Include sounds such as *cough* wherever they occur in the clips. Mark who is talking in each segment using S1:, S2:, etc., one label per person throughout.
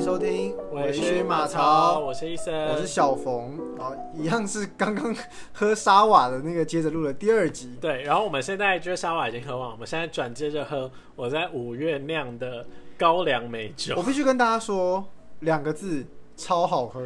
S1: 收听《
S2: 我
S1: 微
S2: 是
S1: 醺
S2: 超，
S1: 马槽》，
S2: 我是医生，
S1: 我是小冯，然后一样是刚刚喝沙瓦的那个，接着录的第二集。
S2: 对，然后我们现在就是沙瓦已经喝完，我们现在转接着喝我在五月酿的高粱美
S1: 我 *laughs*
S2: 酒，
S1: 必须跟大家说两个字，超好喝。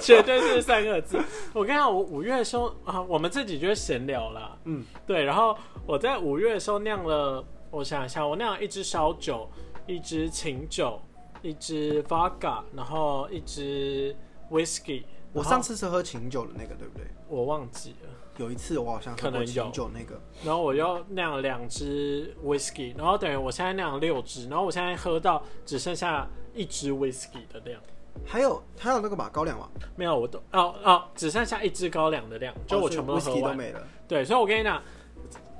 S2: 绝对是三个字。我跟你讲，我五月的时候啊，我们自己就是闲聊啦，
S1: 嗯，
S2: 对，然后我在五月的时候酿了，我想一下，我酿了一支烧酒，一支琴酒，一支 vodka，然后一支 whisky，
S1: 我
S2: 然后
S1: 上次是喝琴酒的那个，对不对？
S2: 我忘记了。
S1: 有一次我好像喝
S2: 可能
S1: 过
S2: 有
S1: 琴酒那个，
S2: 然后我又酿了两支 whisky，然后等于我现在酿了六支，然后我现在喝到只剩下一支 whisky 的量，
S1: 还有还有那个吧，高粱嘛，
S2: 没有，我都哦哦，只剩下一支高粱的量，就我全部都喝
S1: 哦 whisky 都
S2: 完。
S1: 没了，
S2: 对，所以我跟你讲，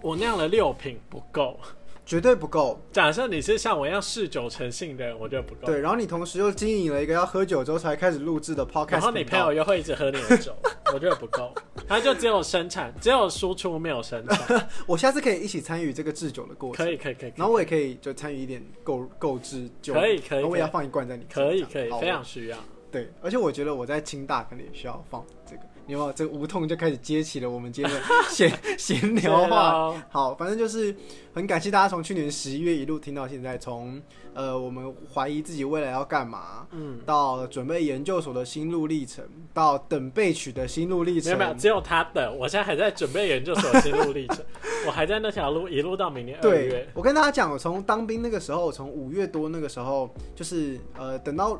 S2: 我酿了六瓶不够。
S1: 绝对不够。
S2: 假设你是像我一样嗜酒成性的人，我觉得不够。
S1: 对，然后你同时又经营了一个要喝酒之后才开始录制的 podcast，
S2: 然后你
S1: 频
S2: 朋
S1: 道
S2: 友又会一直喝你的
S1: *laughs*
S2: 酒，我觉得不够。他就只有生产，只有输出没有生产。
S1: 我下次可以一起参与这个制酒的过程，
S2: 可以可以可以，可以
S1: 然 *laughs* 后我也可以就参与一点购购置酒，
S2: 可以可以
S1: 然后我也要
S2: 可以
S1: 放一罐在你
S2: 可以
S1: 身上
S2: 可以，
S1: 好
S2: 非常需要。
S1: 对，而且我觉得我在清大可能也需要放这个，你有没有？这个无痛就开始接起了我们今
S2: *laughs*
S1: 天的闲闲聊
S2: 对
S1: 话。
S2: 咯
S1: 好，反正就是很感谢大家从去年十一月一路听到现在，从呃我们怀疑自己未来要干嘛，
S2: 嗯，
S1: 到准备研究所的心路历程，到等被取的心路历
S2: 没
S1: 程
S2: 有，没有，只有他等。我现在还在准备研究所的心路历
S1: *laughs*
S2: 程，我还在那条路一路到明年二
S1: 对
S2: 月，。
S1: 我跟大家讲，我从当兵那个时候，从五月多那个时候，就是呃，等到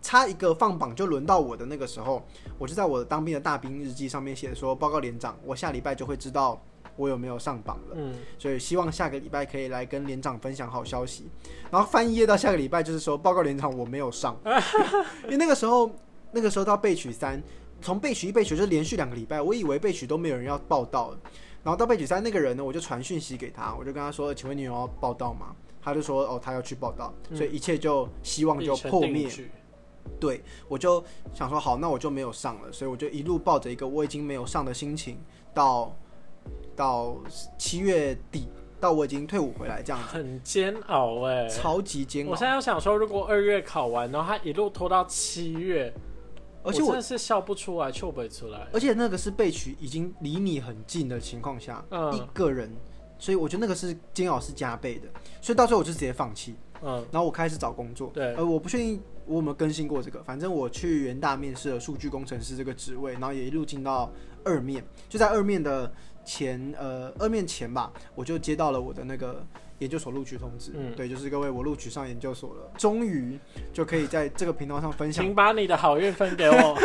S1: 差一个放榜就轮到我的那个时候，我就在我的当兵的大兵日记上面写说，报告连长，我下礼拜就会知道我有没有上榜了，
S2: 嗯，
S1: 所以希望下个礼拜可以来跟连长分享好消息。然后翻页到下个礼拜，就是说报告连长我没有上，因为那个时候那个时候到备取三，从备取一备取就连续两个礼拜，我以为备取都没有人要报道了。然后到备取三那个人呢，我就传讯息给他，我就跟他说：“请问你有要报道吗？”他就说：“哦，他要去报道。”
S2: 嗯
S1: 所以一切就希望就
S2: 一成
S1: 破
S2: 定
S1: 灭。
S2: 局
S1: 对我就想说，好，那我就没有上了，所以我就一路抱着一个我已经没有上的心情，到到七月底，到我已经退伍回来这样子，
S2: 很煎熬哎、
S1: 超级煎熬
S2: 我。现在又想说，如果二月考完，然后他一路拖到七月，
S1: 而且
S2: 我真
S1: 我，
S2: 的是笑不出来，笑不出来。
S1: 而且那个是被取已经离你很近的情况下，
S2: 嗯
S1: 一个人，所以我觉得那个是煎熬是加倍的，所以到最后我就直接放弃。
S2: 嗯，
S1: 然后我开始找工作。
S2: 对
S1: 呃，我不确定我有没有更新过这个，反正我去元大面试了数据工程师这个职位，然后也一路进到二面，就在二面的前呃二面前吧，我就接到了我的那个研究所录取通知。
S2: 嗯
S1: 对，就是各位，我录取上研究所了，终于就可以在这个频道上分享。
S2: 请把你的好运分给
S1: *laughs*
S2: 我，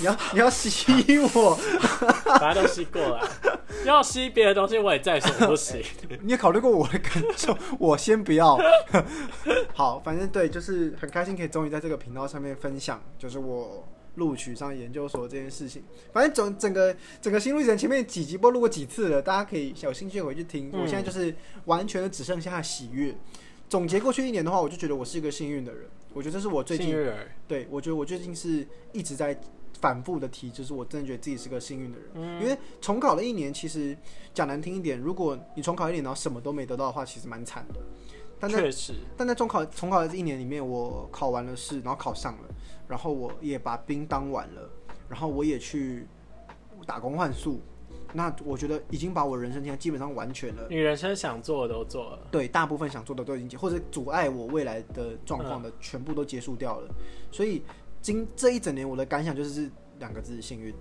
S1: 你要你要吸我，
S2: 把它都吸过来。要吸别的东西，我也在所不
S1: *laughs*
S2: 惜。
S1: 你有考虑过我的感受？我先不要。 *laughs* 好，反正对，就是很开心可以终于在这个频道上面分享，就是我录取上研究所这件事情。反正整整个整个心路历程前面几集播录过几次了，大家可以有兴趣回去听。
S2: 嗯
S1: 我现在就是完全的只剩下喜悦。总结过去一年的话，我就觉得我是一个幸运的人。我觉得这是我最
S2: 幸
S1: 近
S2: 运儿，
S1: 对我觉得我最近是一直在反复的提，就是我真的觉得自己是个幸运的人。
S2: 嗯
S1: 因为重考了一年，其实讲难听一点，如果你重考一年然后什么都没得到的话，其实蛮惨的。但在
S2: 确实，
S1: 但在中考重考的一年里面，我考完了试，然后考上了，然后我也把兵当完了，然后我也去打工换宿。那我觉得已经把我人生现在基本上完全了。
S2: 你人生想做的都做了。
S1: 对，大部分想做的都已经结，或者阻碍我未来的状
S2: 嗯
S1: 况的，全部都结束掉了。所以今这一整年我的感想就是两个字：幸运。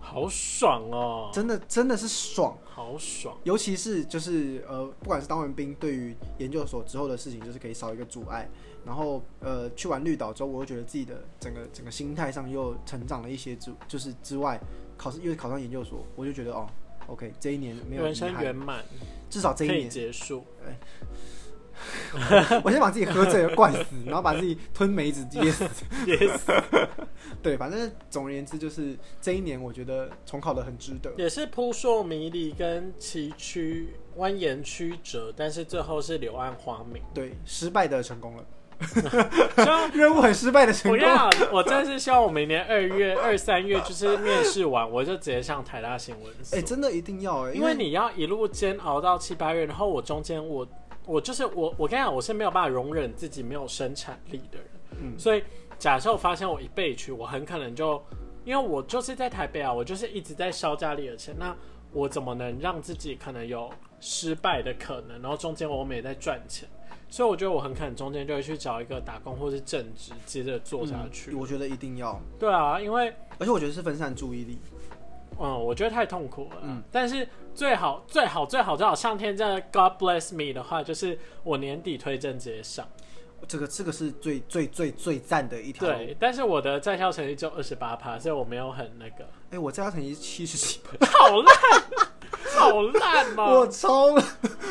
S2: 好爽哦，
S1: 真的真的是爽，
S2: 好爽。
S1: 尤其是就是呃，不管是当完兵，对于研究所之后的事情，就是可以少一个阻碍。然后呃，去完绿岛之后，我又觉得自己的整个整个心态上又成长了一些之，就是之外，考试又考上研究所，我就觉得哦，OK，这一年没有
S2: 人
S1: 遗
S2: 生
S1: 憾，
S2: 圆满，
S1: 至少这
S2: 可
S1: 一
S2: 以
S1: 年
S2: 结 *laughs* 束。
S1: 我先把自己喝醉了 *laughs* 灌死，然后把自己吞梅子噎死。
S2: 也
S1: 对，反正总而言之，就是这一年我觉得重考的很值得。
S2: 也是扑朔迷离跟崎岖蜿蜒曲折，但是最后是柳暗花明。
S1: 对，失败的成
S2: *laughs*
S1: 功了，
S2: 希望
S1: 任务很失败的成
S2: 啊我
S1: 功
S2: 跟你。 *laughs* 讲，我真的是希望我明年二月、二三月就是面试完，我就直接上台大新闻所
S1: 哎、真的一定要哎、
S2: 因为你要一路煎熬到七八月，然后我中间我我就是我，我跟你讲，我是没有办法容忍自己没有生产力的人。所以假设我发现我一备取，我很可能就，因为我就是在台北啊，我就是一直在烧家里的钱，那我怎么能让自己可能有失败的可能？然后中间我们也在赚钱，所以我觉得我很可能中间就会去找一个打工或是正职，接着做下去。
S1: 嗯我觉得一定要，
S2: 对啊，因为
S1: 而且我觉得是分散注意力。
S2: 嗯，我觉得太痛苦了。嗯，但是最好最好最好最好，上天真的 God bless me 的话，就是我年底推荐直接上。
S1: 这个这个是最最最最赞的一条。
S2: 对，但是我的在校成绩只有二十八趴，所以我没有很那个，
S1: 哎，我在他成绩七十几分，
S2: 好烂，好烂哦！
S1: 我 *laughs* 超了。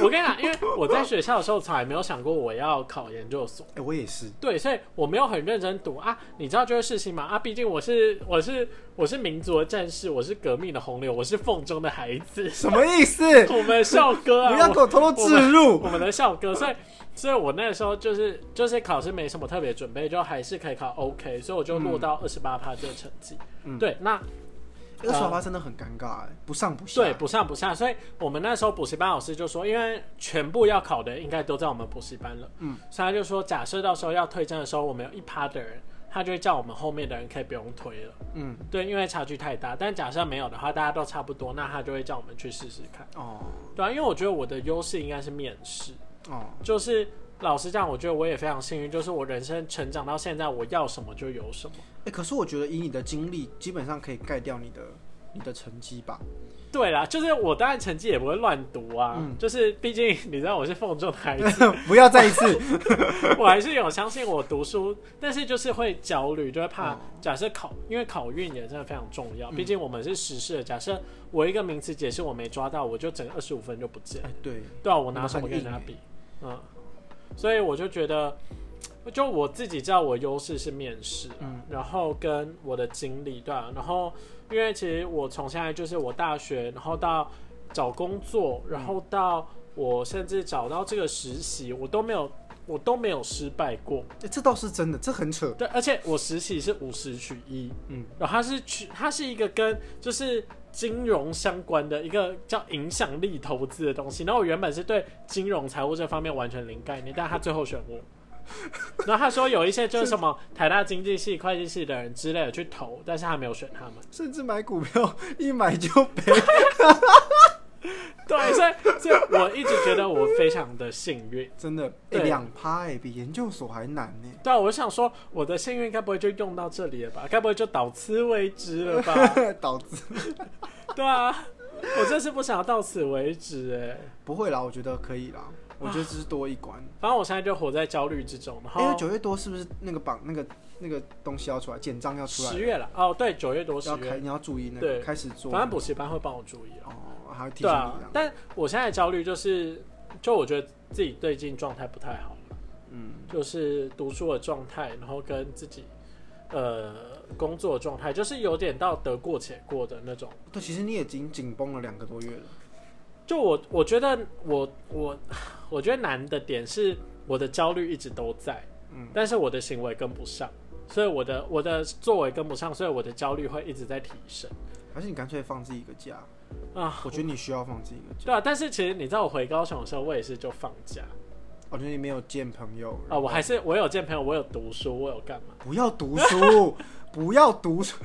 S2: 我跟你讲，因为我在学校的时候从来没有想过我要考研究所，
S1: 哎，我也是。
S2: 对，所以我没有很认真读啊。你知道这个事情吗？啊，毕竟我是我是我是民族的战士，我是革命的洪流，我是凤中的孩子， *laughs*
S1: 什么意思？
S2: 我们校歌啊，
S1: *laughs* 不要给我偷偷置入
S2: 我。们的校歌，所以所以我那时候就是就是考试没什么特别准备，就还是可以考 OK，所以我就落到二十八趴这个成绩。
S1: 嗯
S2: 对，那
S1: 这个耍法真的很尴尬，哎，不上不下。
S2: 啊对，不上不下，所以我们那时候补习班老师就说，因为全部要考的应该都在我们补习班了，
S1: 嗯，
S2: 所以他就说，假设到时候要推荐的时候，我们有一趴的人，他就会叫我们后面的人可以不用推了，
S1: 嗯，
S2: 对，因为差距太大。但假设没有的话，大家都差不多，那他就会叫我们去试试看，
S1: 哦
S2: 对啊，因为我觉得我的优势应该是面试，
S1: 哦，
S2: 就是老实讲，我觉得我也非常幸运，就是我人生成长到现在，我要什么就有什么。
S1: 哎，可是我觉得以你的经历，基本上可以盖掉你的你的成绩吧。
S2: 对啦，就是我当然成绩也不会乱读啊，
S1: 嗯
S2: 就是毕竟你知道我是凤中的孩子，
S1: *laughs* 不要再一
S2: *laughs*
S1: 次。
S2: 我还是有相信我读书，但是就是会焦虑，就会怕
S1: 哦
S2: 假设考，因为考运也真的非常重
S1: 嗯
S2: 要，毕竟我们是实事的。假设我一个名词解释我没抓到，我就整个二十五分就不见了
S1: 哎，对，
S2: 对啊，我拿什么
S1: 我们
S2: 跟
S1: 很
S2: 人家
S1: 硬欸
S2: 比？嗯，所以我就觉得，就我自己知道我优势是面试啊，
S1: 嗯
S2: 然后跟我的经历，对啊，然后因为其实我从现在就是我大学，然后到找工作，然后到我甚至找到这个实习，我都没有。我都没有失败过，
S1: 哎这倒是真的，这很扯。
S2: 对，而且我实习是五十取一，
S1: 嗯，
S2: 然后它是去，它是一个跟就是金融相关的一个叫影响力投资的东西。然后我原本是对金融财务这方面完全零概念，但他最后选我。然后他说有一些就是什么台大经济系、会计系的人之类的去投，但是他没有选他们。
S1: *laughs* 甚至买股票一买就赔。
S2: 对，所以所以我一直觉得我非常的幸运。
S1: 真的，哎、
S2: 对
S1: 两趴哎，比研究所还难呢、
S2: 对啊，我想说我的幸运该不会就用到这里了吧？该不会就到此为止了
S1: *laughs*
S2: 吧？
S1: 导致
S2: 对啊，我真是不想要到此为止哎、
S1: 不会啦，我觉得可以啦，我觉得只是多一关。欸
S2: 反正我现在就活在焦虑之中，然
S1: 因为
S2: 后
S1: 哎九月多是不是那个榜那个那个东西要出来，简章要出来
S2: 十，月了哦，对，九月多十
S1: 要开
S2: 月，
S1: 你要注意那
S2: 对
S1: 个开始做，
S2: 反正补习班会帮我注意啊。
S1: 哦还要提醒
S2: 对
S1: 你
S2: 啊
S1: 这样，，
S2: 但我现在的焦虑就是，就我觉得自己最近状态不太好，
S1: 嗯，
S2: 就是读书的状态，然后跟自己呃工作的状态，就是有点到得过且过的那种。
S1: 对，其实你已经紧绷了两个多月了，
S2: 就我我觉得我我 *laughs* 我觉得难的点是我的焦虑一直都在，
S1: 嗯，
S2: 但是我的行为跟不上，所以我的我的作为跟不上，所以我的焦虑会一直在提升
S1: 还是你干脆放自己一个假？
S2: 啊。
S1: 我觉得你需要放自己一个假，
S2: 对啊，但是其实你知道，我回高雄的时候，我也是就放假
S1: 我觉哦得你没有见朋友
S2: 啊，我还是我有见朋友，我有读书，我有干
S1: *laughs*
S2: 嘛？
S1: 不要读书，
S2: *laughs*
S1: 不要读书，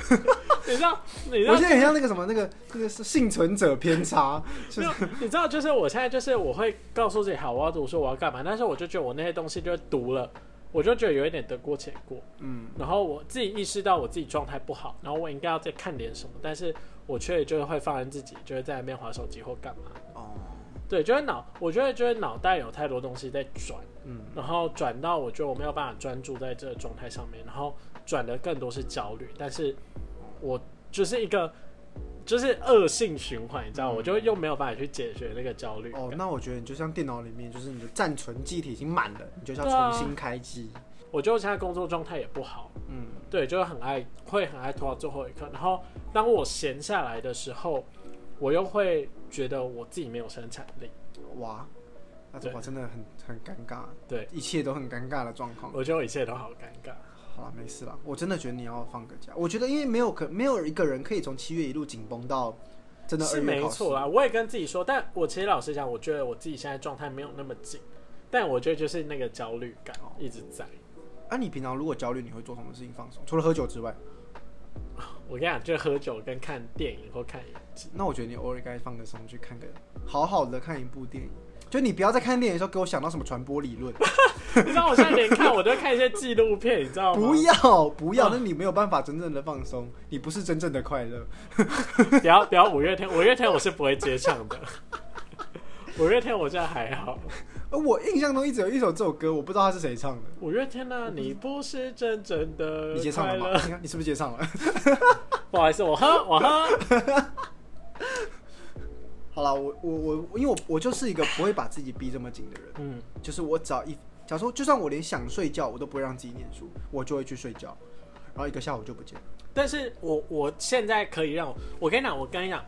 S2: 你知道，你知
S1: 我
S2: 道
S1: 现，在很像那个什么那个那个是幸存者偏
S2: *laughs*
S1: 差，
S2: 没有你知道，就是我现在就是我会告诉自己，好，我要读书，我要干嘛？但是我就觉得我那些东西就是读了，我就觉得有一点得过且过。
S1: 嗯。
S2: 然后我自己意识到我自己状态不好，然后我应该要再看点什么，但是我却就是会放任自己，就是在那边划手机或干嘛。
S1: 哦，
S2: 对，就是脑，我觉得就是脑袋有太多东西在转，
S1: 嗯，
S2: 然后转到我觉得我没有办法专注在这个状态上面，然后转的更多是焦虑，但是我就是一个就是恶性循环，你知道吗，我就又没有办法去解决那个焦虑感。
S1: 哦，那我觉得你就像电脑里面，就是你的暂存机体已经满了，你就是要
S2: 对啊
S1: 重新开机。
S2: 我就现在工作状态也不好，
S1: 嗯，
S2: 对，就是很爱会很爱拖到最后一刻，然后当我闲下来的时候，我又会觉得我自己没有生产力。
S1: 哇，那这
S2: 对
S1: 哇真的很很尴尬，
S2: 对，
S1: 一切都很尴尬的状况。
S2: 我觉得我一切都好尴尬。
S1: 好了，没事了，我真的觉得你要放个假。我觉得因为没有可没有一个人可以从七月一路紧绷到真的二
S2: 是
S1: 月
S2: 没
S1: 考试
S2: 错啦，我也跟自己说，但我其实老实讲，我觉得我自己现在状态没有那么紧，但我觉得就是那个焦虑感
S1: 哦
S2: 一直在。
S1: 啊，你平常如果焦虑，你会做什么事情放松？除了喝酒之外，
S2: 我跟你讲，就喝酒跟看电影或看影集，
S1: 那我觉得你偶尔该放个松，去看个好好的看一部电影。就你不要在看电影的时候给我想到什么传播理论，
S2: 你知道我现在连看我都看一些纪录片，你知道吗嗯
S1: 不？要不要，那你没有办法真正的放松，你不是真正的快乐。
S2: 不要不要五月天，五月天我是不会接唱的。五月天我现在还好，
S1: 呃我印象中一直有一首这首歌，我不知道它是谁唱的。
S2: 五月天呢、你不是真正的
S1: 你接唱
S2: 呃快
S1: 了
S2: 乐
S1: 吗？你看你是不是接唱了？ *laughs*
S2: 不好意思，我喝我喝。
S1: 好了，我我我，因为我我就是一个不会把自己逼这么紧的人，
S2: 嗯，
S1: 就是我只要一，假如说就算我连想睡觉，我都不会让自己念书，我就会去睡觉，然后一个下午就不见了。
S2: 但是我我现在可以让我，我跟你讲，我跟你讲，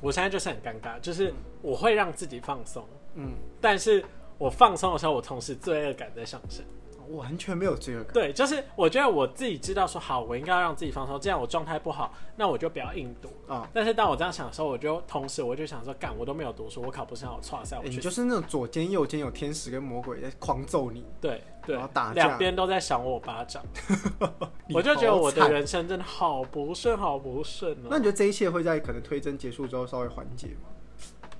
S2: 我现在就是很尴尬，就是我会让自己放松，
S1: 嗯，
S2: 但是我放松的时候，我同时罪恶感在上升。
S1: 我完全没有罪恶感。
S2: 对，就是我觉得我自己知道说好，我应该要让自己放松，这样我状态不好，那我就不要硬读。
S1: 啊、
S2: 但是当我这样想的时候，我就同时我就想说，干，我都没有读书，我考不上，我错赛，
S1: 欸
S2: 我
S1: 你
S2: 去死。
S1: 就是那种左肩右肩有天使跟魔鬼在狂揍你，
S2: 对对
S1: 然后打，架
S2: 两边都在赏我巴掌，
S1: 你
S2: 我就觉得
S1: 好
S2: 我的
S1: 惨。
S2: 人生真的好不顺，好不顺哦。
S1: 那你觉得这一切会在可能推甄结束之后稍微缓解吗？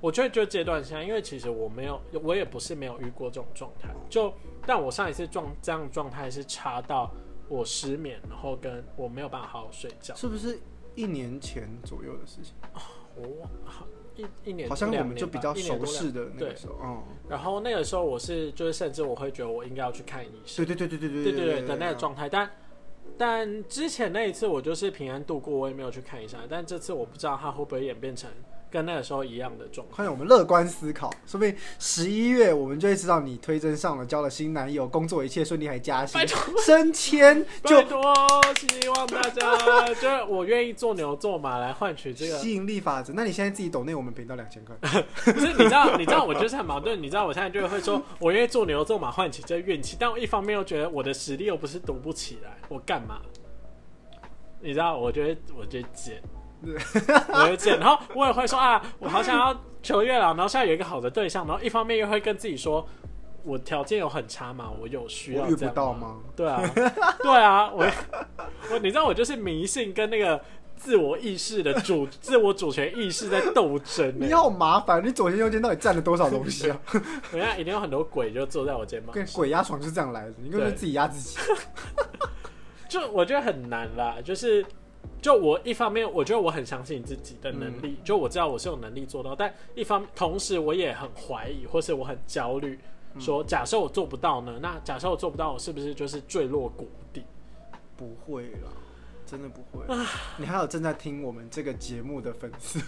S2: 我觉得就阶段性，因为其实我没有，我也不是没有遇过这种状态。就，但我上一次状这样状态是差到我失眠，然后跟我没有办法好好睡觉。
S1: 是不是一年前左右的事情？
S2: 我好一一年
S1: 好像我
S2: 两
S1: 们
S2: 年
S1: 就
S2: 吧
S1: 比较
S2: 一年
S1: 熟
S2: 多两
S1: 识的那个
S2: 对
S1: 时候。嗯，
S2: 然后那个时候我是就是甚至我会觉得我应该要去看医生，
S1: 对对对对对对
S2: 对
S1: 对
S2: 对的那个。状态。但但之前那一次我就是平安度过，我也没有去看医生。但这次我不知道它会不会演变成跟那个时候一样的状态。
S1: 快点，我们乐观思考，说不定十一月我们就会知道你推甄上了，交了新男友，工作一切顺利，还加薪
S2: 拜托，
S1: 升迁，
S2: 拜
S1: 就
S2: 托，希望大家就是我愿意做牛做马来换取这
S1: *laughs*
S2: 个。
S1: 吸引力法则。那你现在自己抖内我们频道两千块，
S2: 不是你知道，你知道我就是很矛盾。你知道我现在就会说，我愿意做牛做马换取这个运气，但我一方面又觉得我的实力又不是读不起来，我干嘛？你知道，我觉得我觉得
S1: *laughs*
S2: 贱，我就贱。然后我也会说啊，我好想要求月老，然后现在有一个好的对象，然后一方面又会跟自己说。我条件有很差嘛？我有需要
S1: 我遇
S2: 这
S1: 不
S2: 样
S1: 到吗？
S2: 对啊，对啊，我我你知道我就是迷信跟那个自我意识的主自我主权意识在斗争、欸。
S1: 你好麻烦，你左肩右肩到底占了多少东西啊？ *laughs*
S2: 等一下一定有很多鬼就坐在我肩膀，
S1: 跟鬼压床就是这样来的，你根本就
S2: 对
S1: 自己压自己。 *laughs*
S2: 就我觉得很难啦。就是，就我一方面我觉得我很相信自己的能力，就我知道我是有能力做到，但一方同时我也很怀疑，或是我很焦虑，说假设我做不到呢？那假设我做不到，我是不是就是坠落谷底？
S1: 不会啦，真的不会。你还有正在听我们这个节目的粉丝，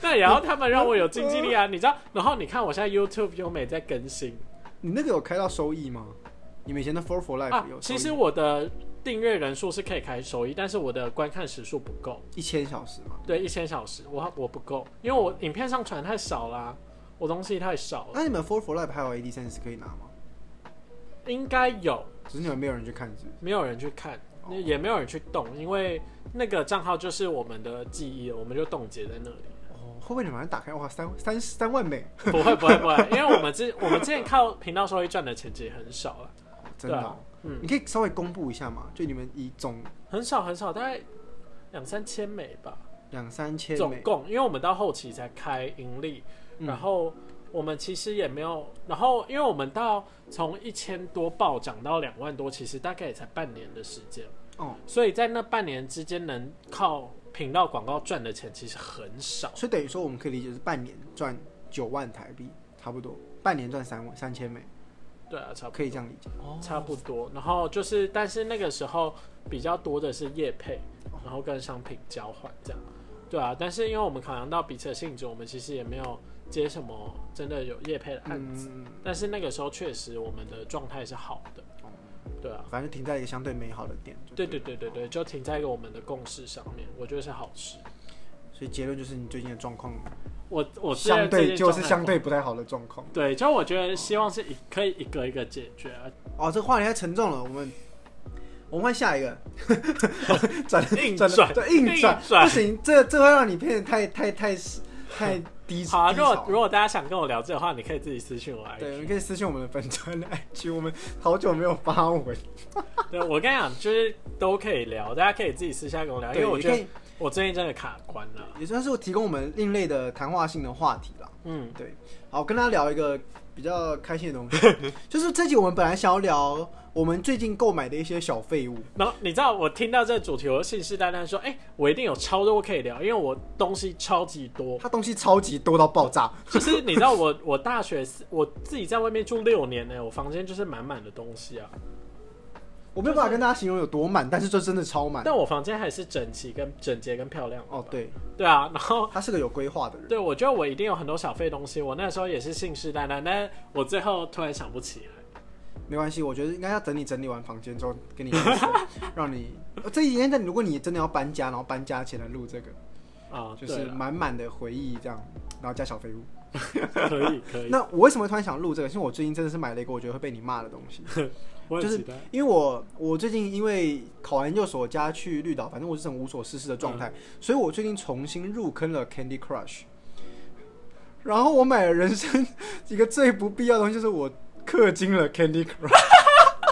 S2: 那也要他们让我有经济力啊，你知道？然后你看我现在 YouTube 优美在更新
S1: *laughs* 你那个有开到收益吗？你们以前的 Four for
S2: 啊
S1: Life 有收益吗、，
S2: 其实我的订阅人数是可以开收益，但是我的观看时数不够。
S1: 一千小时嘛。
S2: 对，一千小时，我我不够，因为我影片上传太少啦、我东西太少了，
S1: 那你们 Four for Life 还有 AD 三十可以拿吗？
S2: 应该有，
S1: 只是你们没有人去看是不是
S2: 没有人去看，
S1: 哦
S2: 也没有人去动，因为那个账号就是我们的记忆了，我们就冻结在那里。
S1: 哦，会不会你马上打开哇，三三三万美，
S2: 不会不会不
S1: *laughs*
S2: 会，因为我们之我们之前靠频道收益赚的钱其实很少了，
S1: 真的哦、
S2: 对啊嗯
S1: 你可以稍微公布一下嘛？就你们以总
S2: 很少很少，大概两三千美吧，
S1: 两三千
S2: 总
S1: 美，
S2: 共，因为我们到后期才开盈利，
S1: 嗯
S2: 然后我们其实也没有，然后因为我们到从一千多暴涨到两万多，其实大概也才半年的时间，
S1: 哦，
S2: 所以在那半年之间能靠频道广告赚的钱其实很少。
S1: 所以等于说我们可以理解是半年赚九万台币，差不多，半年赚三万三千美，
S2: 对啊，差不
S1: 可以这样理解。哦
S2: 差不多。然后就是，但是那个时候比较多的是业配，然后跟商品交换这样。对啊，但是因为我们考量到彼此的性质，我们其实也没有接什么真的有业配的案子。
S1: 嗯，
S2: 但是那个时候确实我们的状态是好的，对啊。
S1: 反正停在一个相对美好的点。就
S2: 对
S1: 对
S2: 对对对对，就停在一个我们的共识上面，我觉得是好事。
S1: 了，所以结论就是你最近的状况，
S2: 我我虽然
S1: 相对
S2: 最近
S1: 就
S2: 状
S1: 是
S2: 态
S1: 相
S2: 不
S1: 对不太好的状况。
S2: 对，就我觉得希望是一可以一个一个解决啊，
S1: 哦，这话题太沉重了，我们我们换下一个，转
S2: 硬
S1: 转
S2: 转
S1: 对硬
S2: 硬
S1: 转，
S2: 转
S1: 不行，这这会让你变得太太太太低。
S2: *laughs* 好啊，
S1: 低
S2: 如果
S1: 潮
S2: 如果大家想跟我聊这的话，你可以自己私信我 IG。
S1: 对，你可以私信我们的粉专的 IG，我们好久没有发文，
S2: 对，我跟你讲，就是都可以聊，大家可以自己私下跟我哎聊，因
S1: 对，
S2: 为我
S1: 也
S2: 觉
S1: 可
S2: 得
S1: 以
S2: 我最近真的卡关了。
S1: 也算是提供我们另类的谈话性的话题啦。
S2: 嗯，
S1: 对，好，跟大家聊一个比较开心的东西，就是这集我们本来想要聊我们最近购买的一些小废物，
S2: 然后你知道我听到这个主题，我就信誓旦旦说，哎、我一定有超多可以聊，因为我东西超级多。
S1: 它东西超级多到爆炸，
S2: 就是你知道我 *laughs* 我大学四我自己在外面住六年呢、我房间就是满满的东西啊，
S1: 我没有办法跟大家形容有多满，但是这真的超满。
S2: 但我房间还是整齐跟整洁跟漂亮的
S1: 哦，对，
S2: 对啊，然后
S1: 他是个有规划的人。
S2: 对我觉得我一定有很多小费东西，我那时候也是信誓旦旦，但我最后突然想不起来。
S1: 没关系，我觉得应该要等你整理完房间之后，给你让你呃这一天，但如果你真的要搬家，然后搬家前来录这个，
S2: 啊、
S1: 就
S2: 对
S1: 是
S2: 了
S1: 满满的回忆这样，然后加小废物。
S2: 可以可以，
S1: 那我为什么会突然想录这个？是因为我最近真的是买了一个我觉得会被你骂的东西，
S2: 我很
S1: 就是
S2: 期待。
S1: 因为我我最近因为考完研究所加去绿岛，反正我是很无所事事的状态，
S2: 嗯
S1: 所以我最近重新入坑了 Candy Crush。然后我买了人生一个最不必要的东西，就是我氪金了 Candy Crush， *laughs*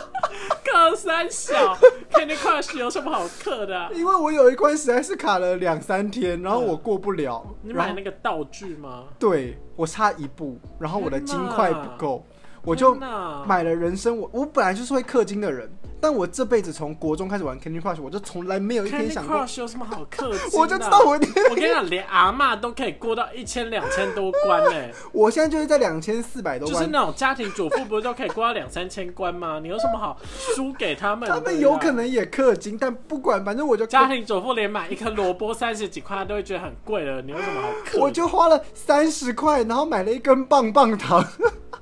S2: 克三小 Candy Crush 有什么好克的啊、
S1: 因为我有一关实在是卡了两三天，然后我过不了，
S2: 你
S1: 然
S2: 买
S1: 后
S2: 那个道具吗？
S1: 对我差一步，然后我的
S2: 天
S1: 金
S2: 哪
S1: 块不够，我就
S2: 天哪
S1: 买了人生我我本来就是会氪金的人，但我这辈子从国中开始玩 Candy Crush，我就从来没有一天
S2: Candy
S1: 想过，
S2: Crush 有什么好克、啊？
S1: *laughs* 我就知道我一定
S2: *laughs* 我跟你讲，连阿嬷都可以过到一千两千多关呢、
S1: *laughs* 我现在就是在两千四百多
S2: 就
S1: 关，
S2: 是那种家庭主妇不是都可以过到两三千关吗？你有什么好输给他们的
S1: 他
S2: 呀？
S1: 们有可能也氪金，但不管，反正我就
S2: 家庭主妇连买一颗萝卜三十几块她都会觉得很贵了，你有什么好克的？
S1: 我就花了三十块，然后买了一根棒棒糖，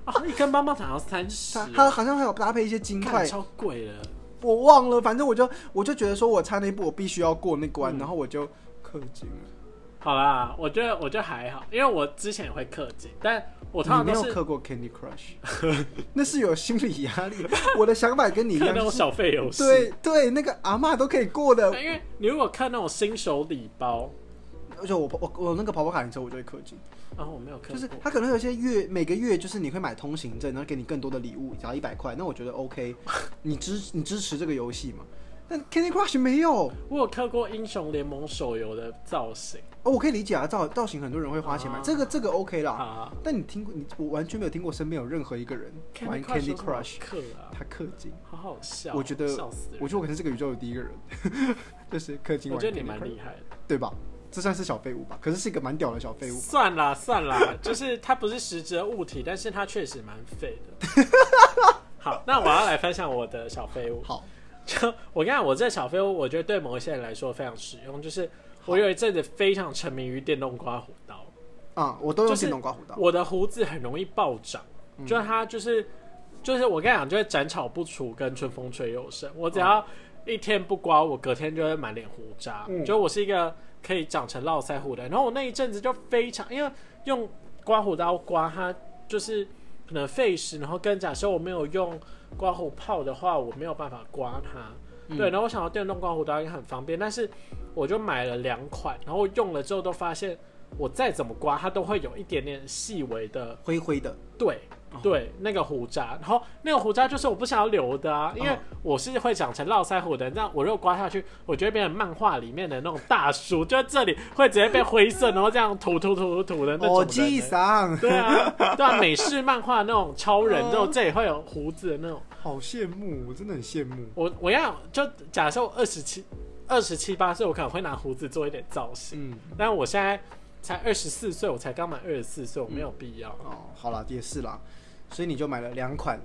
S2: 啊，一根棒棒糖要三十啊
S1: 它，它好像还有搭配一些金
S2: 看
S1: 块，
S2: 超贵了。
S1: 我忘了，反正我就我就觉得说我差那一步，我必须要过那关，
S2: 嗯
S1: 然后我就氪金了。
S2: 好啦，我觉得我觉得还好，因为我之前也会氪金，但我通常
S1: 你没
S2: 都是
S1: 有氪过 Candy Crush，
S2: *laughs*
S1: 那是有心理压力。我的想法跟你一
S2: 氪
S1: 样
S2: 那，种小哎费游戏。
S1: 对对，那个阿嬷都可以过的，
S2: 因为你如果氪那种新手礼包，
S1: 而且我我我那个跑跑卡丁车我就会氪金。
S2: 然、啊后我没有氪过，
S1: 就是他可能有些月每个月就是你会买通行证，然后给你更多的礼物，只要一百块，那我觉
S2: *laughs*
S1: 得 OK，你支你支持这个游戏嘛？但 Candy Crush 没有哦，
S2: 我有氪过英雄联盟手游的造型
S1: 我可以理解啊，造造型很多人会花钱买，
S2: 啊
S1: 这个这个 OK 啦。
S2: 啊。
S1: 但你听过你我完全没有听过身边有任何一个人玩 Candy Crush，
S2: 氪啊，
S1: 他氪金，
S2: 好好笑哦，
S1: 我觉得
S2: 笑死人
S1: 我觉得我可能是这个宇宙的第一个人， *laughs* 就是氪金
S2: 我
S1: 玩
S2: 觉得你
S1: Candy
S2: 蛮
S1: Crush，
S2: 厉害的。
S1: 对吧？这算是小废物吧？可是是一个蛮屌的小废物。
S2: 算啦算啦，就是它不是实质的物体，但是它确实蛮废的。
S1: *laughs*
S2: 好，那我要来分享我的小废物。
S1: 好，
S2: 就 *laughs* 我跟你讲，我这小废物，我觉得对某一些人来说非常实用。就是我有一阵子非常沉迷于电动刮胡刀，
S1: 啊、我都用
S2: 就是
S1: 电动刮胡刀。
S2: 我的胡子很容易暴涨，就是它就是就是我跟你讲，就会斩草不除，跟春风吹又生。我只要一天不刮，我隔天就会满脸胡渣。
S1: 嗯
S2: 就我是一个可以长成络腮胡的人。然后我那一阵子就非常，因为用刮胡刀刮它就是可能费时，然后跟假设我没有用刮胡泡的话，我没有办法刮它。
S1: 嗯
S2: 对，然后我想要电动刮胡刀也很方便，但是我就买了两款，然后用了之后都发现，我再怎么刮它都会有一点点细微的
S1: 灰灰的，
S2: 对对，那个胡渣，然后那个胡渣就是我不想要留的啊，因为
S1: 嗯
S2: 我是会长成络腮胡的，那我如果刮下去，我就会变成漫画里面的那种大叔，就这里会直接被灰色，然后这样涂涂涂涂涂的那种
S1: 哦，
S2: 人欸
S1: 记上，
S2: 对啊，对啊，美式漫画那种超人，
S1: 嗯
S2: 就这里会有胡子的那种。
S1: 好羡慕，我真的很羡慕。
S2: 我我要就假设我二十七、二十七八岁，我可能会拿胡子做一点造型，
S1: 嗯，
S2: 但我现在才二十四岁，我才刚满二十四岁，我没有必要。
S1: 哦，好啦，也是啦，所以你就买了两款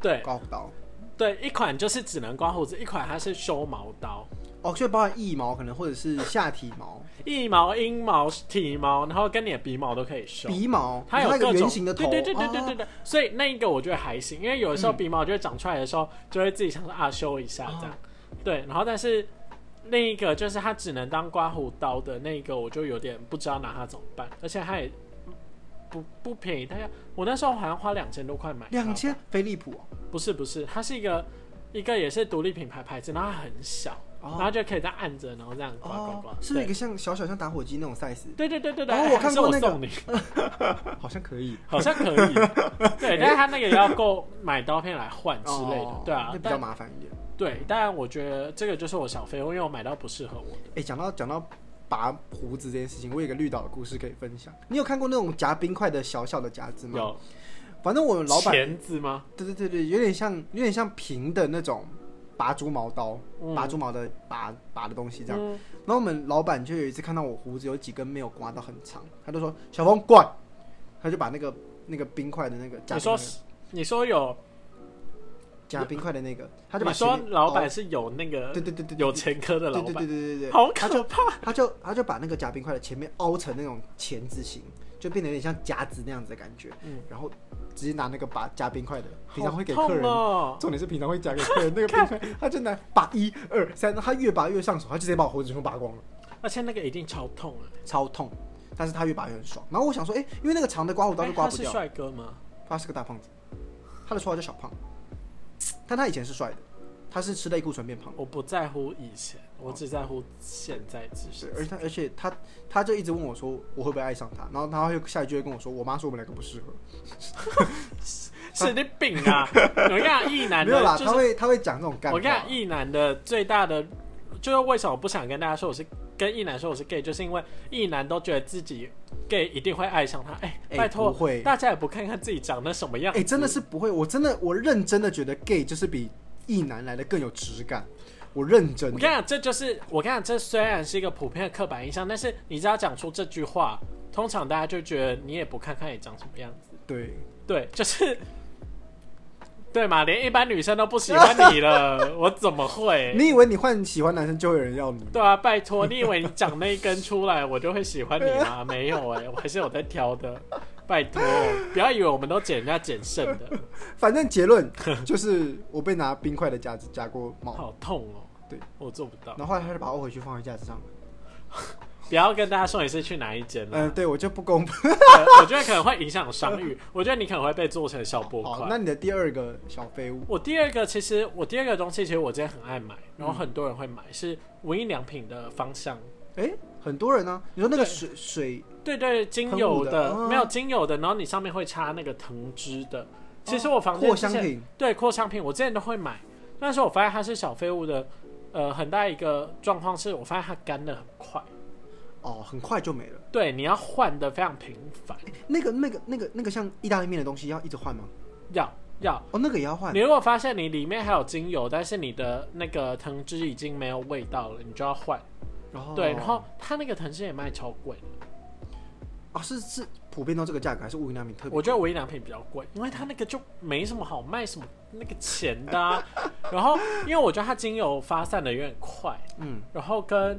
S2: 对
S1: 刮胡刀，
S2: 对，一款就是只能刮胡子，一款它是修毛刀，
S1: 哦，就包含腋毛，可能或者是下体
S2: *laughs*
S1: 毛、
S2: 腋毛、阴毛、体毛，然后跟你的鼻毛都可以修。
S1: 鼻毛，
S2: 它有
S1: 那
S2: 各
S1: 个
S2: 种
S1: 圆形的头，嗯
S2: 对对对对对对
S1: 哦
S2: 对，所以那一个我觉得还行，因为有的时候鼻毛就会长出来的时候，就会自己想说啊修一下这样，对，然后但是另一个就是它只能当刮胡刀的那一个，我就有点不知道拿它怎么办，而且它也不不便宜，它要我那时候好像花两千多块买它，
S1: 两千飞利浦哦
S2: 不是不是，它是一个一个也是独立品牌牌子，然后它很小，然后就可以再按着，然后这样刮刮刮
S1: 哦，。是不是一个像小小像打火机那种
S2: *laughs*
S1: size？
S2: 对对对对对，
S1: 哦
S2: 哎
S1: 我看过
S2: 还是
S1: 那个
S2: 我送你，
S1: 好像可以
S2: 好像可以。对，但是他那个也要够买刀片来换之类的
S1: 哦，
S2: 对啊
S1: 那。比较
S2: 但
S1: 麻烦一点。
S2: 对，当然我觉得这个就是我小费，因为我买到不适合我的。
S1: 哎，讲到讲到拔胡子这件事情，我有一个绿岛的故事可以分享。你有看过那种夹冰块的小小的夹子吗？
S2: 有
S1: 反正我们老板，
S2: 钳子吗？
S1: 对对对对，有点像有点像平的那种拔猪毛刀，
S2: 嗯
S1: 拔猪毛的拔拔的东西这样。
S2: 嗯
S1: 然后我们老板就有一次看到我胡子有几根没有刮到很长，他就说：“小峰过来。”他就把那个那个冰块的那个夹
S2: 你
S1: 冰块
S2: 说
S1: 的
S2: 你说有，
S1: 夹冰块的那个，他就把
S2: 你说
S1: 前面
S2: 老板
S1: 哦
S2: 是有那个
S1: 对对对对对
S2: 有前科的
S1: 对
S2: 老
S1: 对
S2: 板
S1: 对对，对对对，
S2: 好
S1: 他
S2: 可
S1: 就
S2: 怕。
S1: 他就他就把那个夹冰块的前面凹成那种钳子形，就变得有点像夹子那样子的感觉。
S2: 嗯
S1: 然后直接拿那个把夹冰块的，平常会给
S2: 好
S1: 客人
S2: 痛哦
S1: 重点是平常会夹给客人那个冰块，他就拿拔一二三，他越拔越上手，他就直接把我胡子全部拔光了，
S2: 而且那个一定超痛啊！
S1: 超痛。但是他越拔越很爽。然后我想说，哎、因为那个长的刮胡刀
S2: 哎
S1: 就刮
S2: 他
S1: 不
S2: 是
S1: 掉，
S2: 帅哥吗？
S1: 他是个大胖子，他的绰号叫小胖，但他以前是帅的，他是吃类固醇变胖的，
S2: 我不在乎以前，我只在乎现在只是。，
S1: 是而且他而且他他就一直问我说我会不会爱上他，然后他又下一句会跟我说，我妈说我们两个不适合，
S2: 神经病
S1: *laughs*
S2: 啊！我跟你讲，异男
S1: 没有
S2: 的
S1: 啦，
S2: 就
S1: 他
S2: 是
S1: 会他会讲这种干
S2: 我
S1: 话，
S2: 跟你讲，异男的最大的就是为什么我不想跟大家说我是跟异男说我是 gay，就是因为异男都觉得自己 gay 一定会爱上他。哎、
S1: 哎
S2: 拜托
S1: 不，会
S2: 大家也不看看自己长得什么样
S1: 哎、
S2: 子，
S1: 真的是不会，我真的我认真的觉得 gay 就是比异男来的更有质感，我认真
S2: 我
S1: 的
S2: 跟你讲，这就是我跟你讲，这虽然是一个普遍的刻板印象，但是你只要讲出这句话，通常大家就觉得你也不看看你长什么样子。
S1: 对，
S2: 对， *laughs* 就是，对嘛，连一般女生都不喜欢你了，我怎么会？
S1: 你以为你换喜欢男生就会有人要你？
S2: 对啊，拜托，你以为你长那一根出来，我就会喜欢
S1: *laughs*
S2: 你吗？
S1: 啊
S2: 没有哎、我还是有在挑的。拜托，不要以为我们都捡人家捡剩
S1: *laughs*
S2: 的，
S1: 反正结
S2: *laughs*
S1: 论就是我被拿冰块的夹子夹过毛，
S2: 好痛哦、
S1: 对，
S2: 我做不到。
S1: 然后后来他就把我回去放在架子上。
S2: 不要跟大家说你是去哪一间了、
S1: 嗯、对我就不公布。
S2: 呃 *laughs* 我觉得可能会影响商
S1: *laughs*
S2: 誉。我觉得你可能会被做成小波
S1: 好，
S2: 块。
S1: 那你的第二个小废物，
S2: 我第二个其实我第二个东西，其实我之前很爱买，然后很多人会买，是无印良品的芳香。
S1: 哎、很多人呢、你说那
S2: 对
S1: 个水水
S2: 对对，精
S1: 喷
S2: 油
S1: 雾
S2: 的
S1: 的啊
S2: 没有精油的，然后你上面会插那个藤枝的。其实
S1: 哦
S2: 我房间
S1: 扩
S2: 之前
S1: 香瓶，
S2: 对扩香瓶，我之前都会买，但是我发现它是小废物的，呃，很大一个状况是我发现它干的很快，
S1: 哦，很快就没了。
S2: 对，你要换的非常频繁，
S1: 那个、那个、那个、那个像意大利面的东西要一直换吗？
S2: 要要。
S1: 哦，那个也要换
S2: 你。如果发现你里面还有精油，但是你的那个藤枝已经没有味道了，你就要换。
S1: 然后
S2: 对，然后它那个藤枝也卖超贵的，
S1: 啊，是是普遍到这个价格，还是无印良品特别？
S2: 我觉得无印良品比较贵，因为它那个就没什么好卖什么那个钱的啊、 *laughs* 然后因为我觉得它精油发散的有点快，
S1: 嗯，
S2: 然后跟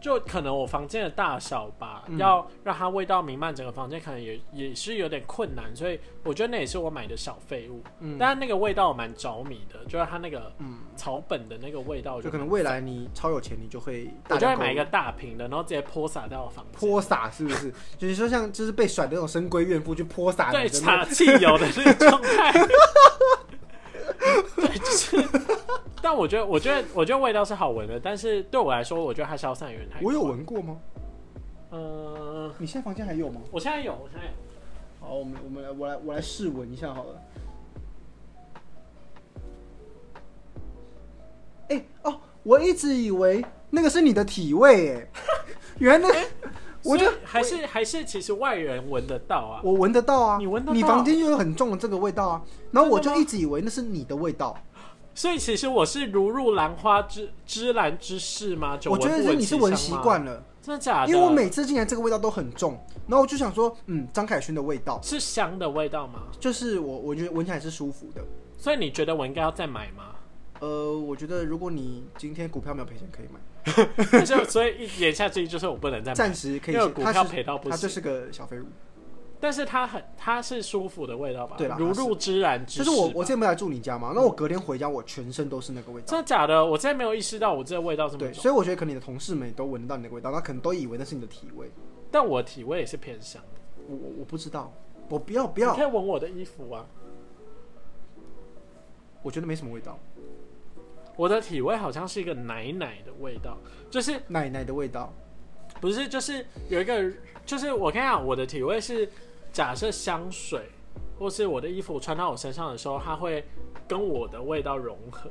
S2: 就可能我房间的大小吧，
S1: 嗯
S2: 要让它味道弥漫整个房间，可能也也是有点困难，所以我觉得那也是我买的小废物。
S1: 嗯
S2: 但那个味道我蛮着迷的，就是它那个
S1: 嗯
S2: 草本的那个味道，
S1: 就可能未来你超有钱，你就会
S2: 我
S1: 大
S2: 就
S1: 量
S2: 会买一个
S1: 购物
S2: 大瓶的，然后直接泼洒在我房间。
S1: 泼洒，是不
S2: *laughs*
S1: 是？就是说像就是被甩的那种深闺怨妇去泼洒
S2: 对，
S1: 你的那
S2: 撒汽油的那个状
S1: *laughs*
S2: 态。对，就是。但我觉得，我觉得，我觉得味道是好闻的，但是对我来说，我觉得它消散有点太……
S1: 我有闻过吗？
S2: 嗯、
S1: 你现在房间还有吗？
S2: 我现在有，我现在有。哦
S1: 好，我们我们来我来我来试闻一下好了。哎、哦，我一直以为那个是你的体
S2: *laughs*
S1: 味哎，原来我就
S2: 哎所以还是还是，其实外人闻得到啊。
S1: 我闻得到啊，
S2: 你闻得到
S1: 你房间就有很重的这个味道啊，然后我就
S2: 真的吗
S1: 一直以为那是你的味道，
S2: 所以其实我是如入兰花之之兰之室吗？久
S1: 我觉得是
S2: 不
S1: 你
S2: 其
S1: 是闻
S2: 香
S1: 习
S2: 吗，
S1: 惯了，
S2: 真的假的？
S1: 因为我每次进来这个味道都很重，然后我就想说，嗯，张凯勋的味道，
S2: 是香的味道吗？
S1: 就是我我觉得闻起来是舒服的。
S2: 所以你觉得我应该要再买吗？ *laughs*
S1: 呃，我觉得如果你今天股票没有赔钱，可以买。
S2: 但是所以一言下之意就是我不能再买。
S1: 暂时可以
S2: 因为
S1: 先，
S2: 股
S1: 它
S2: 票
S1: 是
S2: 赔到不
S1: 它
S2: 行
S1: 就是个小废物。
S2: 但是它很它是舒服的味道吧？
S1: 对啦
S2: 如入芝然之
S1: 就
S2: 室
S1: 是
S2: 吧。
S1: 我我之前不是来住你家嘛，那我隔天回家，我全身都是那个味道。
S2: 真的假的？我真的没有意识到我这个味道这么
S1: 对，
S2: 重，
S1: 所以我觉得可能你的同事们也都闻得到你的味道，那可能都以为那是你的体味。
S2: 但我体味也是偏香。
S1: 我我我不知道，我不要不
S2: 你
S1: 要
S2: 可，以闻我的衣服啊，
S1: 我觉得没什么味道。
S2: 我的体味好像是一个奶奶的味道，就是
S1: 奶奶的味道，
S2: 不是就是有一个就是我跟你讲，我的体味是假设香水或是我的衣服穿到我身上的时候，它会跟我的味道融
S1: *laughs*
S2: 合，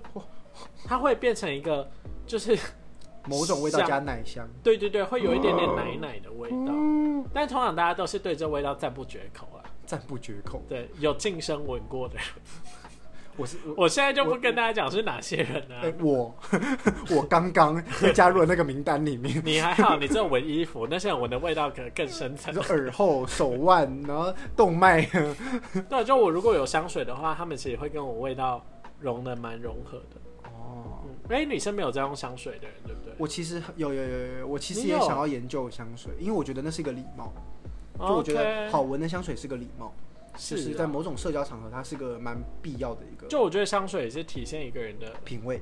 S2: 它会变成一个就是
S1: 某种味道加奶香。
S2: 对对对，会有一点点奶奶的味道，
S1: 嗯
S2: 但通常大家都是对这味道赞不绝口啊。
S1: 赞不绝口。
S2: 对，有近身闻过
S1: *laughs*
S2: 的人，
S1: 我是我，
S2: 我现在就不跟大家讲是哪些人啊了、
S1: 哎、我 *laughs* 我刚刚被加入了那个名单里面。
S2: 你还好，你这闻衣服，那些人闻的味道可能更深层
S1: *laughs* 你。说耳后、手腕，然后动脉， *laughs*
S2: 对，就我如果有香水的话，他们其实会跟我味道融的蛮融合的。
S1: 哦，
S2: 嗯，哎、女生没有在用香水的人，对不对？
S1: 我其实有有有有有，我其实
S2: 你
S1: 也
S2: 有
S1: 想要研究香水，因为我觉得那是一个礼貌，就我觉得
S2: OK，
S1: 好闻的香水是个礼貌，
S2: 是
S1: 就是
S2: 啊
S1: 在某种社交场合，它是个蛮必要的一个
S2: 就我觉得香水也是体现一个人的
S1: 品味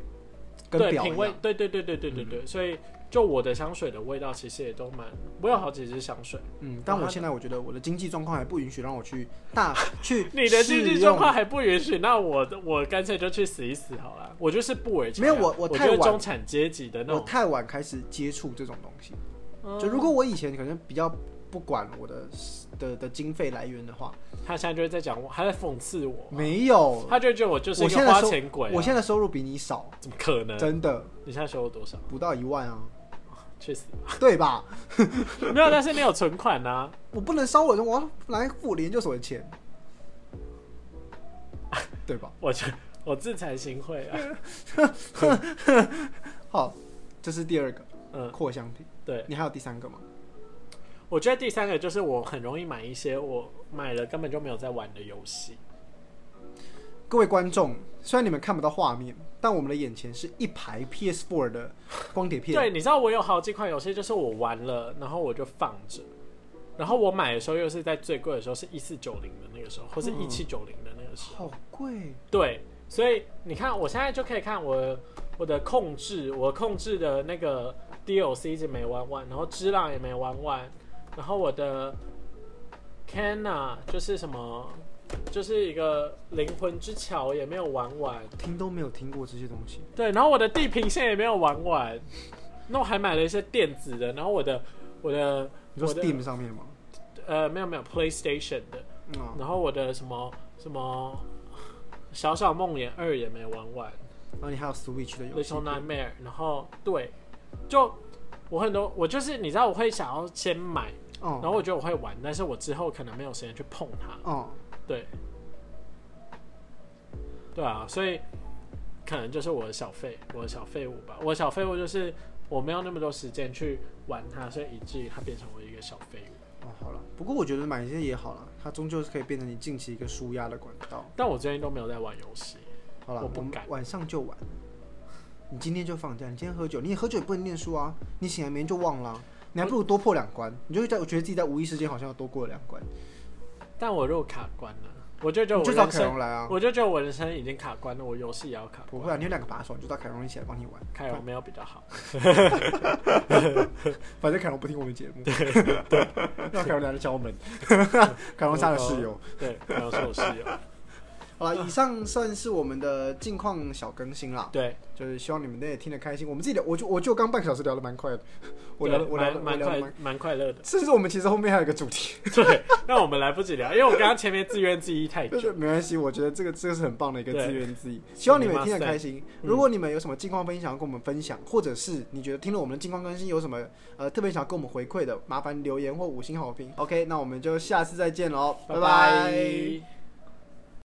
S1: 跟
S2: 对
S1: 表嗯
S2: 品味
S1: 扬。，
S2: 对对对对对对对，所以就我的香水的味道其实也都蛮，我有好几支香水，
S1: 嗯，但我现在我觉得我的经济状况还不允许让我去
S2: *laughs*
S1: 大去
S2: 你的经
S1: 试
S2: 济
S1: 用
S2: 状况还不允许，那我我干脆就去死一死好了。我就是不为
S1: 没有我
S2: 我
S1: 我
S2: 觉
S1: 太
S2: 得
S1: 晚
S2: 中产阶级的那
S1: 我
S2: 种，
S1: 太晚开始接触这种东西。
S2: 嗯
S1: 就如果我以前可能比较不管我的的的经费来源的话，
S2: 他现在就会在讲我，还在讽刺我，啊
S1: 没有，
S2: 他就觉得我就是一
S1: 我现
S2: 个
S1: 在
S2: 花
S1: 收
S2: 钱鬼啊、呃
S1: 我现在收入比你少，
S2: 怎么可能？
S1: 真的
S2: 你现在收入多少？
S1: 不到一万啊， *laughs*
S2: 去死！ *laughs*
S1: 对吧？
S2: 没有，但是你有存款啊呐、
S1: 我不能烧我的，我要来付我的研究所的钱， *laughs* 对吧？
S2: 我就我自惭形秽啊。
S1: 好，这是第二个
S2: 嗯，
S1: 扩香品，
S2: 对，
S1: 你还有第三个吗？
S2: 我觉得第三个就是我很容易买一些我买了根本就没有在玩的游戏。
S1: 各位观众，虽然你们看不到画面，但我们的眼前是一排 PS4 的光碟片，
S2: 对，你知道我有好几款游戏，就是我玩了，然后我就放着，然后我买的时候又是在最贵的时候，是一四九零的那个时候，或是一七九零的那个时候。
S1: 好贵，
S2: 对，所以你看，我现在就可以看我我的控制，我控制的那个 DLC 一直没玩完，然后之浪也没玩完，然后我的 Cana 就是什么，就是一个灵魂之桥也没有玩完，
S1: 听都没有听过这些东西。
S2: 对，然后我的地平线也没有玩完，那我还买了一些电子的，然后我的我的
S1: 你说
S2: 我的
S1: Steam 上面吗？
S2: 呃没有没有 PlayStation 的，
S1: 嗯啊，
S2: 然后我的什么什么小小梦魇二也没玩完。
S1: 然后你还有 Switch 的游戏
S2: Little
S1: 片，
S2: Nightmare，然后对，就我很多，我就是你知道我会想要先买，然
S1: 哦
S2: 后我觉得我会玩，但是我之后可能没有时间去碰它，
S1: 哦，
S2: 对，对啊，所以可能就是我的小废，我的小废物吧，我的小废物就是我没有那么多时间去玩它，所以以至于它变成我一个小废物。
S1: 哦，好了。不过我觉得买一些也好了，它终究是可以变成你近期一个舒压的管道。
S2: 但我最近都没有在玩游戏，
S1: 好了，
S2: 我不
S1: 们
S2: 敢
S1: 晚上就玩。你今天就放假，你今天喝酒，你也喝酒也不能念书啊，你醒来明天就忘了啊、你还不如多破两关，你就会在我觉得自己在无意识间好像要多过了两关，
S2: 但我如果卡关了，我就觉得
S1: 你
S2: 我
S1: 就找
S2: 人
S1: 凯
S2: 生，
S1: 荣来啊。
S2: 我就觉得我人生已经卡关了，我游戏也要卡关。
S1: 不会啊，你有两个把手，你就找凯荣一起来帮你玩。
S2: 开有没有比较好？
S1: 反正凯荣不听我们节
S2: *laughs*
S1: 目，对，让凯荣来敲门。凯荣是他的室友。
S2: 对，然后是我室友。
S1: 好了，以上算是我们的近况小更新啦。
S2: 对，
S1: 就是希望你们那也听得开心。我们自己聊，我就我就刚半个小时聊得蛮快的， *laughs* 我聊得
S2: 对
S1: 我聊得我
S2: 蛮蛮
S1: 聊得蛮。
S2: 快，蛮快乐的
S1: 甚至我们其实后面还有一个主题，
S2: 对，那我们来不及聊，因为我刚刚前面自怨自艾太
S1: 就
S2: 久。
S1: 是没关系，我觉得这个这个是很棒的一个
S2: 对
S1: 自怨自艾。希望你们也听
S2: 嗯
S1: 得开心。
S2: 嗯
S1: 如果你们有什么近况分享要跟我们分享，或者是你觉得听了我们的近况更新有什么呃特别想要跟我们回馈的，麻烦留言或五星好评。OK，那我们就下次再见喽，
S2: 拜
S1: 拜
S2: 拜